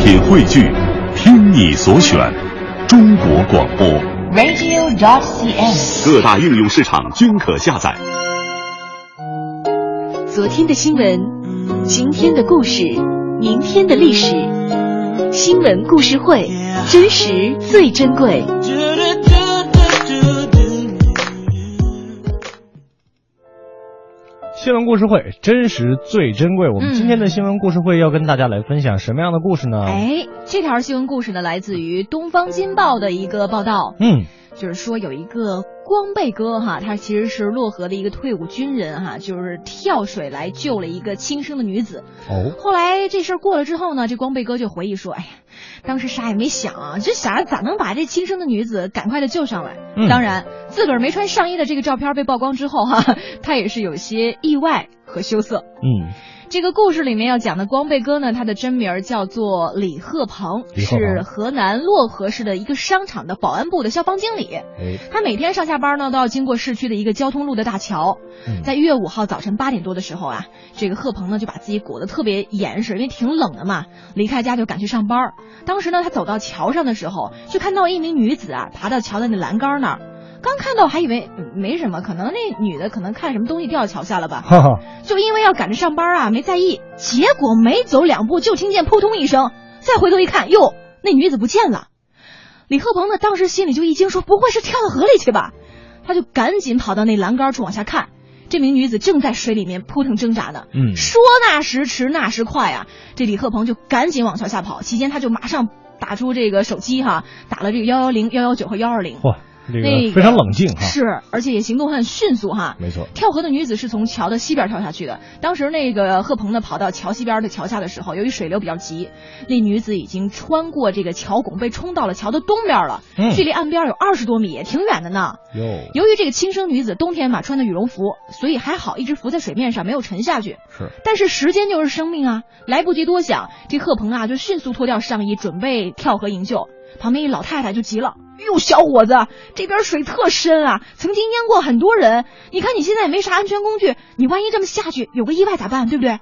品汇聚，听你所选，中国广播。 radio.cn。各大应用市场均可下载。昨天的新闻，今天的故事，明天的历史。新闻故事会，真实最珍贵。新闻故事会，真实最珍贵。我们嗯今天的新闻故事会要跟大家来分享什么样的故事呢？哎，这条新闻故事呢，来自于《东方金报》的一个报道，嗯，就是说有一个光背哥哈，他其实是漯河的一个退伍军人哈，就是跳水来救了一个轻生的女子。哦，后来这事儿过了之后呢，这光背哥就回忆说，哎呀，当时啥也没想啊，这想着咋能把这轻生的女子赶快的救上来。嗯当然，自个儿没穿上衣的这个照片被曝光之后哈， 他也是有些意外和羞涩。嗯，这个故事里面要讲的光背哥呢，他的真名儿叫做李鹤鹏，李鹤鹏是河南漯河市的一个商场的保安部的消防经理。哎，他每天上下班呢都要经过市区的一个交通路的大桥。嗯在一月五号早晨八点多的时候啊，这个贺鹏呢就把自己裹得特别严实，因为挺冷的嘛，离开家就赶去上班儿。当时呢，他走到桥上的时候，就看到一名女子啊爬到桥的那栏杆儿那儿。刚看到还以为嗯没什么，可能那女的可能看什么东西掉到桥下了吧。哈哈，就因为要赶着上班啊，没在意。结果没走两步，就听见扑通一声，再回头一看，哟，那女子不见了。李鹤鹏呢，当时心里就一惊，说：“不会是跳到河里去吧？”他就赶紧跑到那栏杆处往下看，这名女子正在水里面扑腾挣扎呢。嗯，说那时迟，那时快啊！这李鹤鹏就赶紧往桥下跑，期间他就马上打出这个手机哈，打了这个幺幺零、幺幺九和幺二零。嚯，这那个个非常冷静哈，是，而且也行动很迅速哈。没错，跳河的女子是从桥的西边跳下去的。当时那个贺鹏呢跑到桥西边的桥下的时候，由于水流比较急，那女子已经穿过这个桥拱，被冲到了桥的东边了，嗯距离岸边有二十多米，挺远的呢。哟，由于这个轻生女子冬天嘛穿的羽绒服，所以还好一直浮在水面上，没有沉下去。是，但是时间就是生命啊，来不及多想，这贺鹏啊就迅速脱掉上衣，准备跳河营救。旁边一老太太就急了：“哟，小伙子，这边水特深啊，曾经淹过很多人。你看你现在也没啥安全工具，你万一这么下去，有个意外咋办？对不对？”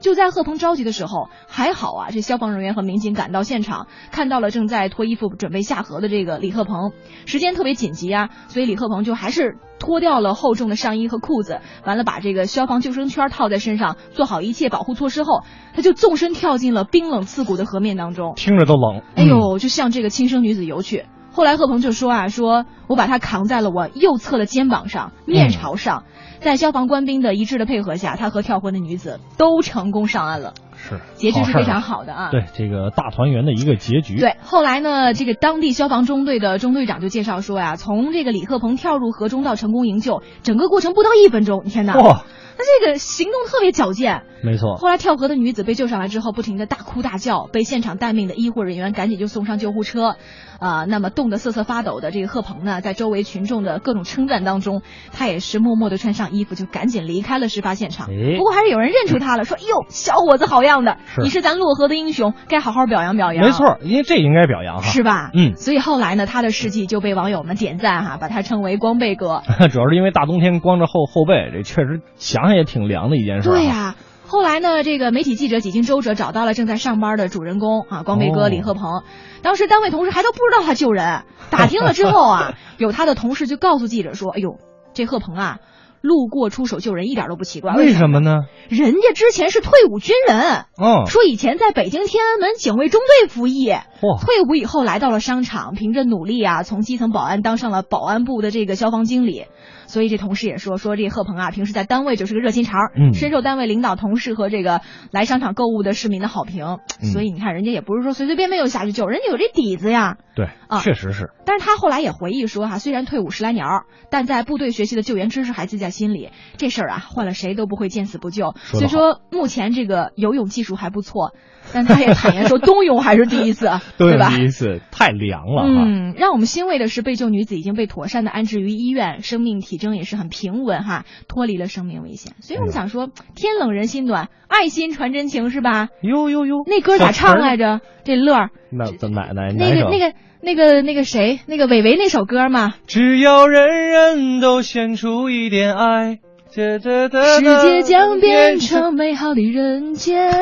就在贺鹏着急的时候，还好啊，这消防人员和民警赶到现场，看到了正在脱衣服准备下河的这个李鹤鹏。时间特别紧急啊，所以李鹤鹏就还是脱掉了厚重的上衣和裤子，完了把这个消防救生圈套在身上，做好一切保护措施后，他就纵身跳进了冰冷刺骨的河面当中。听着都冷，哎嗯呦，就向这个亲生女子游去。后来贺鹏就说啊，说我把她扛在了我右侧的肩膀上，嗯面朝上。在消防官兵的一致的配合下，他和跳河的女子都成功上岸了，嗯，是，结局是好非事儿常啊，好的啊。 对，这个大团圆的一个结局，，对，后来呢，这个当地消防中队的中队长就介绍说呀、从这个李鹤鹏跳入河中到成功营救，整个过程不到一分钟。你天哪，哇，那这个行动特别矫健。没错，后来跳河的女子被救上来之后，不停的大哭大叫，被现场待命的医护人员赶紧就送上救护车。啊、那么冻得瑟瑟发抖的这个贺鹏呢，在周围群众的各种称赞当中，他也是默默的穿上衣服，就赶紧离开了事发现场。哎不过还是有人认出他了，说：“哟，小伙子好样的，是你是咱漯河的英雄，该好好表扬表扬。”没错，因为这应该表扬哈，啊是吧？嗯 所以后来呢，他的事迹就被网友们点赞哈、把他称为“光背哥主要是因为大冬天光着后后背，这确实想想也挺凉的一”件事儿哈，对呀、后来呢，这个媒体记者几经周折找到了正在上班的主人公啊，光背哦哥李鹤鹏。当时单位同事还都不知道他救人，打听了之后 啊，有他的同事就告诉记者说：“哎呦，这贺鹏啊，路过出手救人一点都不奇怪。为什么呢？人家之前是退伍军人，嗯，说以前在北京天安门警卫中队服役。”嚯，退伍以后来到了商场，凭着努力啊，从基层保安当上了保安部的这个消防经理。所以这同事也说，说这贺鹏啊，平时在单位就是个热心肠儿，嗯深受单位领导、同事和这个来商场购物的市民的好评。嗯所以你看，人家也不是说随随便便就下去救，人家有这底子呀。对，啊确实是，但是他后来也回忆说哈、虽然退伍十来年儿，但在部队学习的救援知识还记在心里。这事儿啊，换了谁都不会见死不救。说所得以说，目前这个游泳技术还不错，但他也坦言说，冬泳还是第一 次，啊对吧？第一次太凉了哈，嗯，让我们欣慰的是，被救女子已经被妥善的安置于医院，生命体征也是很平稳哈，脱离了生命危险。所以我们想说，天冷人心暖，爱心传真情是吧？哟哟哟，那歌咋小唱词儿来？着？这乐儿，那怎哪哎哪那个那个，个那个那个谁，那个伟伟那首歌嘛，只要人人都献出一点爱，世呃世界将变成美好的人间。哎，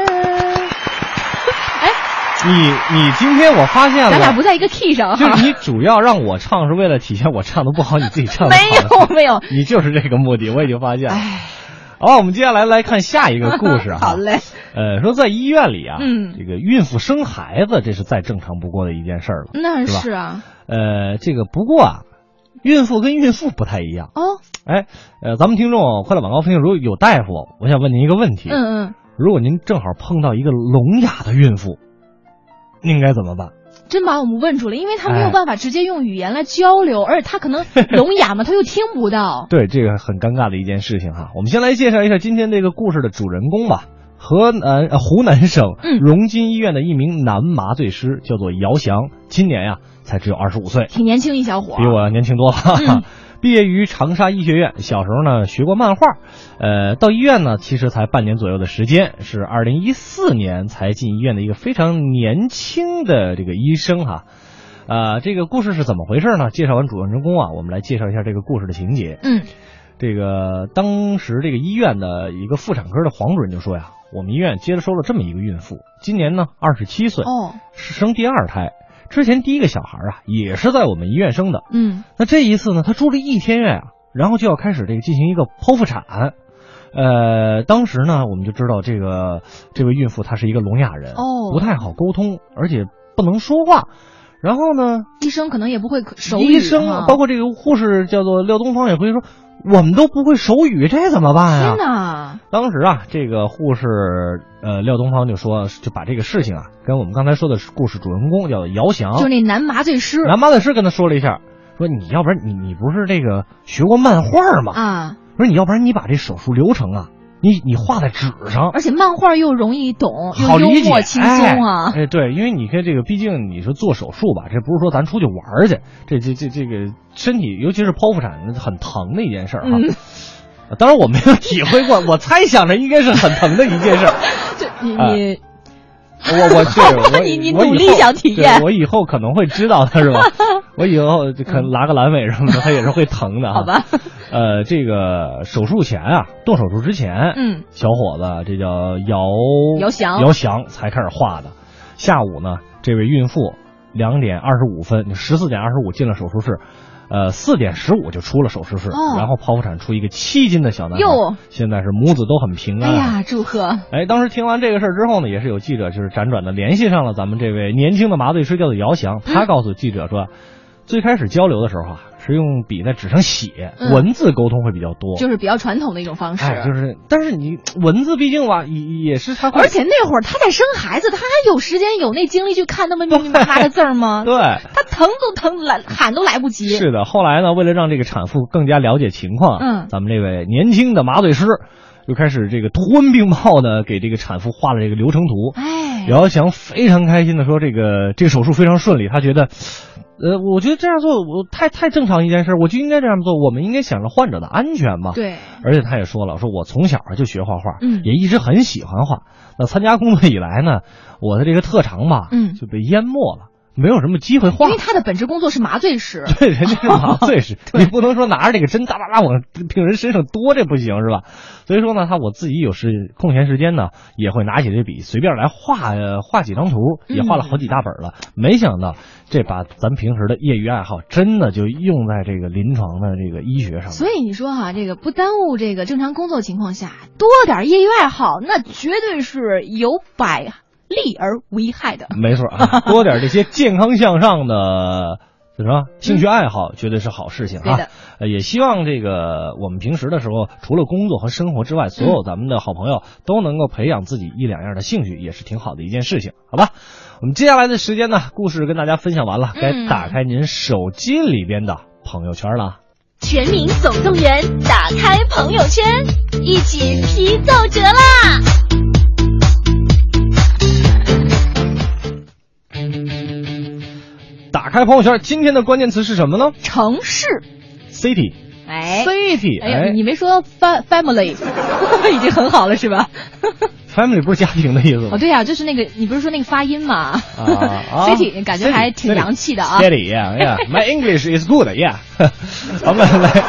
你你今天我发现了，咱俩不啊在一个 key 上就哈是。你主要让我唱是为了体现我唱的不好，你自己唱的没有没有， 你就是这个目的，我已经发现了。哎，好，我们接下来来看下一个故事啊。 好嘞，呃，说在医院里啊，嗯这个孕妇生孩子，这是再正常不过的一件事儿了。那是吧是啊，呃，这个不过啊，孕妇跟孕妇不太一样。哦，哎，呃，咱们听众快乐晚高峰，如果有大夫，我想问您一个问题：嗯嗯，如果您正好碰到一个聋哑的孕妇，您该怎么办？真把我们问住了，因为他没有哎办法直接用语言来交流，而且他可能聋哑嘛，他又听不到。对，这个很尴尬的一件事情哈。我们先来介绍一下今天这个故事的主人公吧。河南、呃、湖南省嗯荣金医院的一名男麻醉师，叫做姚翔，今年呀、才只有二十五岁，挺年轻一小 伙儿，比我要年轻多了。嗯 毕业于长沙医学院，小时候呢学过漫画，呃，到医院呢其实才半年左右的时间，是二零一四年才进医院的一个非常年轻的这个医生哈。呃，这个故事是怎么回事呢？介绍完主人公啊，我们来介绍一下这个故事的情节。嗯，这个当时这个医院的一个妇产科的黄主任就说呀，我们医院接收了这么一个孕妇，今年呢二十七岁，哦，是生第二胎。之前第一个小孩啊，也是在我们医院生的。嗯，那这一次呢，她住了一天院啊，然后就要开始这个进行一个剖腹产。呃，当时呢，我们就知道这个这位孕妇她是一个聋哑人，哦不太好沟通，而且不能说话。然后呢，医生可能也不会手语医生哈包括这个护士叫做廖东方也会说，我们都不会手语，这怎么办哎呀天？哪，当时啊，这个护士呃廖东方就说，就把这个事情啊，跟我们刚才说的故事主人公叫做姚翔，就是那男麻醉师南麻的师跟他说了一下，说你要不然你你不是这个学过漫画吗？啊，说你要不然你把这手术流程啊，你你画在纸上，而且漫画又容易懂，好又哎幽理解，默轻松啊。哎。哎，对，因为你看这个，毕竟你说做手术吧，这不是说咱出去玩儿去，这这这这个身体，尤其是剖腹产，很疼的一件事儿哈。嗯当然我没有体会过，我猜想着应该是很疼的一件事儿。这你哎你我我这 我你你我以努力后想体对验我以后可能会知道的 是吧？我以后就可能拉个阑尾什么的，它也是会疼的。好吧，呃，这个手术前啊，动手术之前，嗯，小伙子这叫姚姚翔姚翔才开始画的。下午呢，这位孕妇两点二十五分，十四点二十五进了手术室。呃，四点十五就出了手术室，哦然后剖腹产出一个七斤的小男孩哟，现在是母子都很平安。啊哎呀，祝贺，哎，当时听完这个事儿之后呢，也是有记者就是辗转的联系上了咱们这位年轻的麻醉师，叫做姚翔。嗯他告诉记者说，最开始交流的时候啊，是用笔在纸上写，嗯文字沟通会比较多。就是比较传统的一种方式。哎，就是，但是你文字毕竟吧，也也是他会而且那会儿他在生孩子，他还有时间有那精力去看那么密密麻麻的字儿吗？ 对。他疼都疼来喊都来不及。是的，后来呢，为了让这个产妇更加了解情况，嗯咱们这位年轻的麻醉师就开始这个图文并茂的给这个产妇画了这个流程图。哎，姚翔非常开心的说：“这个这个手术非常顺利，他觉得，呃，我觉得这样做我太太正常一件事，我就应该这样做，我们应该想着患者的安全嘛。”。对，而且他也说了，说我从小就学画画，嗯也一直很喜欢画。那参加工作以来呢，我的这个特长吧，嗯就被淹没了，没有什么机会画因为。他的本职工作是麻醉 师。对，人家是麻醉师，你不能说拿着这个针哒哒哒往病人身上多，这不行是吧？所以说呢，他我自己有时空闲时间呢，也会拿起这笔随便来画呃画几张图，也画了好几大本了。没想到这把咱平时的业余爱好，真的就用在这个临床的这个医学上所以你说哈、这个不耽误这个正常工作情况下，多点业余爱好，那绝对是有百利而无一害 的。没错啊，多点这些健康向上的。怎么说？兴趣爱好绝对是好事情对啊！的呃，也希望这个我们平时的时候，除了工作和生活之嗯外，所有咱们的好朋友都能够培养自己一两样的兴趣，也是挺好的一件事情，好吧？我们接下来的时间呢，故事跟大家分享完了，该嗯打开您手机里边的朋友圈了。全民总动员，打开朋友圈，一起批奏折啦！打开朋友圈，今天的关键词是什么呢城市， ？City，City，哎，哎呀，哎你没说 fa family，已 经很好了是 吧？ ，Family 不是家庭的意思吗哦，？对呀、就是那个，你不是说那个发音吗？啊 啊 City 感觉还 City，挺洋气的啊。哎 Steady, yeah, yeah. My English is good, yeah. 我们来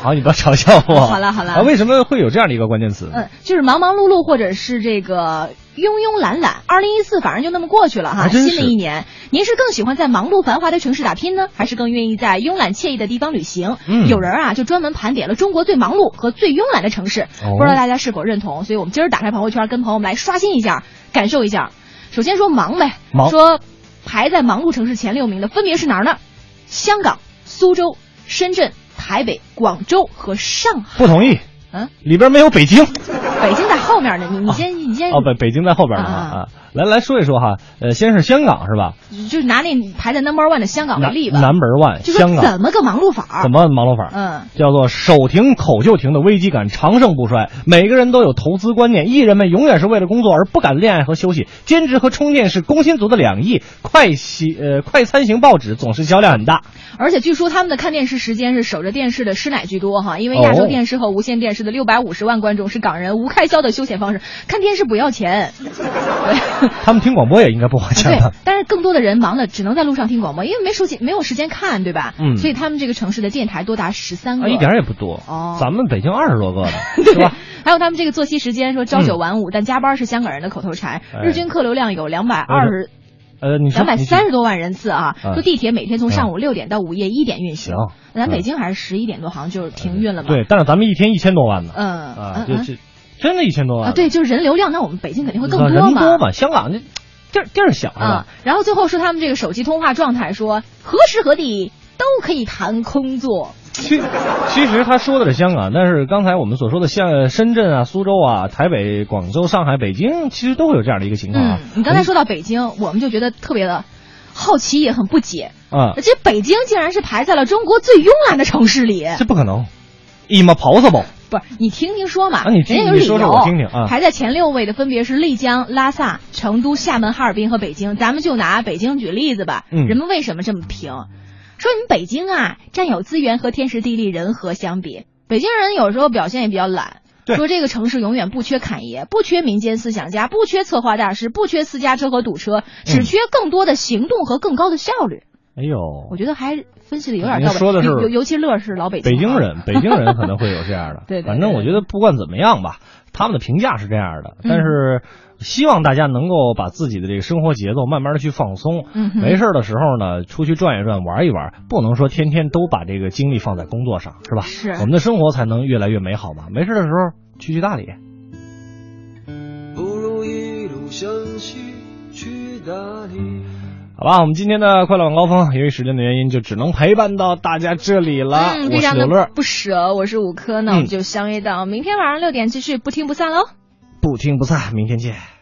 好，你不要嘲笑我。好了好了啊，为什么会有这样的一个关键词？嗯，就是忙忙碌碌或者是这个慵慵懒懒，二零一四反正就那么过去了哈。还真新是的一年，您是更喜欢在忙碌繁华的城市打拼呢，还是更愿意在慵懒惬意的地方旅行？嗯有人啊就专门盘点了中国最忙碌和最慵懒的城市，哦不知道大家是否认同？所以我们今儿打开朋友圈，跟朋友们来刷新一下，感受一下。首先说忙呗，忙说排在忙碌城市前六名的分别是哪儿呢？香港、苏州、深圳、台北、广州和上海。不同意，嗯，里边没有北京。北京在后面呢，你你先你先哦，北北京在后边呢啊啊。来来说一说哈，呃，先是香港是吧？就拿那排在 number one 的香港为南例吧，南 e r 就 one，说香港怎么个忙碌法儿怎么忙碌法？啊嗯，叫做手停口就停的危机感长盛不衰。每个人都有投资观念，艺人们永远是为了工作而不敢恋爱和休息。兼职和充电是工薪族的两翼。快喜呃快餐型报纸总是销量很大。而且据说他们的看电视时间是守着电视的师奶居多哈，因为哦亚洲电视和无线电视的六百五十万观众是港人无开销的休闲方式，看电视不要 钱。对，他们听广播也应该不花钱对吧？，但是更多的人忙了，只能在路上听广播，因为没时间没有时间看，对吧？嗯所以他们这个城市的电台多达十三啊，个，一点儿也不多。哦咱们北京二十 多个呢，是吧？还有他们这个作息时间说朝九晚五，但加班是香港人的口头禅。嗯哎日均客流量有两百二十呃，你说两百你三十多万人次啊！嗯说地铁每天从上午六点到午夜一点运行行，咱嗯北京还是十一点多，好像就是停运了嘛。对，但是咱们一天一千多万呢。嗯，啊嗯，这嗯这真的一千多万啊，对，就是人流量，那我们北京肯定会更人嘛。多嘛，嗯香港这地儿地儿小是吧啊？、然后最后说他们这个手机通话状态说，何时何地都可以谈工作。其其实他说的是香港，但是刚才我们所说的像深圳啊、苏州啊、台北、广州、上海、北京，其实都会有这样的一个情况嗯啊。，你刚才说到北京，我们就觉得特别的好奇，也很不解，啊、这北京竟然是排在了中国最慵懒的城市里。这不可能，impossible。不是你听听说嘛，啊你听人家有理由。你说说我听听啊排在前六位的分别是丽江、拉萨、成都、厦门、哈尔滨和北京。咱们就拿北京举例子吧。嗯人们为什么这么评？说你们北京啊，占有资源和天时地利人和相比，北京人有时候表现也比较懒。对说这个城市永远不缺侃爷，不缺民间思想家，不缺策划大师，不缺私家车和堵车，只嗯缺更多的行动和更高的效率。哎呦，我觉得还分析的有点啊您到位。说的是尤尤尤其乐是老北京北啊，京人，北京人可能会有这样的。 对对对嗯反正我觉得不管怎么样吧，他们的评价是这样的，但是希望大家能够把自己的这个生活节奏慢慢的去放松。嗯哼没事儿的时候呢，出去转一转，玩一玩，不能说天天都把这个精力放在工作上，是吧？是我们的生活才能越来越美好嘛。没事的时候去去大理。不如一路向西去大理。好吧，我们今天的快乐晚高峰，由于时间的原因，就只能陪伴到大家这里了。嗯，我非是常刘乐的，不舍，我是五科，那我们嗯就相约到明天晚上六点继续，不听不散喽。不听不散，明天见。